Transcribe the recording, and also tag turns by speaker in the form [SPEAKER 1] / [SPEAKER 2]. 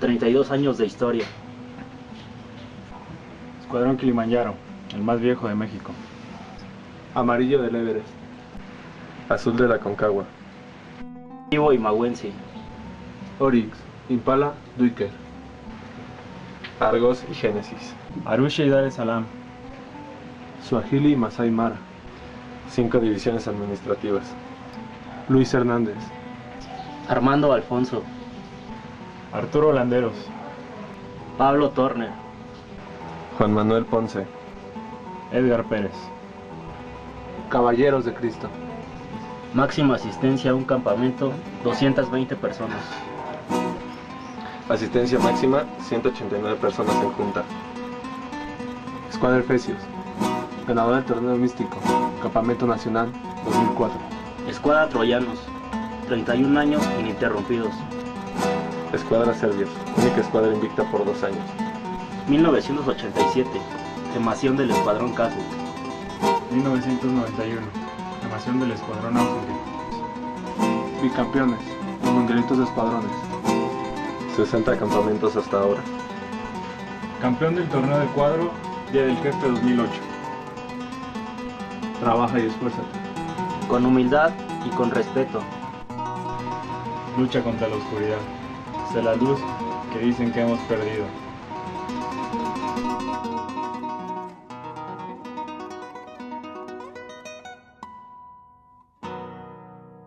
[SPEAKER 1] 32 años de historia.
[SPEAKER 2] Escuadrón Kilimanjaro, el más viejo de México.
[SPEAKER 3] Amarillo del Everest. Azul de la Concagua.
[SPEAKER 1] Ivo y Maguensi.
[SPEAKER 3] Oryx, Impala, Duiker. Argos y Génesis.
[SPEAKER 2] Arusha y Dar es Salaam.
[SPEAKER 3] Swahili y Masai Mara. Cinco divisiones administrativas. Luis Hernández.
[SPEAKER 1] Armando Alfonso.
[SPEAKER 2] Arturo Landeros.
[SPEAKER 1] Pablo Turner.
[SPEAKER 3] Juan Manuel Ponce.
[SPEAKER 2] Edgar Pérez.
[SPEAKER 3] Caballeros de Cristo.
[SPEAKER 1] Máxima asistencia a un campamento, 220 personas.
[SPEAKER 3] Asistencia máxima, 189 personas en junta. Escuadra Efesios. Ganador del torneo místico. Campamento Nacional 2004.
[SPEAKER 1] Escuadra Troyanos, 31 años ininterrumpidos.
[SPEAKER 3] Escuadra Serbios. Única escuadra invicta por dos años.
[SPEAKER 1] 1987, Emación del Escuadrón Casu.
[SPEAKER 2] 1991. Formación del Escuadrón Auxiliar.
[SPEAKER 3] Bicampeones. Mundialitos de escuadrones. 60 campamentos hasta ahora.
[SPEAKER 2] Campeón del torneo de cuadro, Día del Jefe 2008.
[SPEAKER 3] Trabaja y esfuérzate.
[SPEAKER 1] Con humildad y con respeto.
[SPEAKER 2] Lucha contra la oscuridad. Sé la luz que dicen que hemos perdido.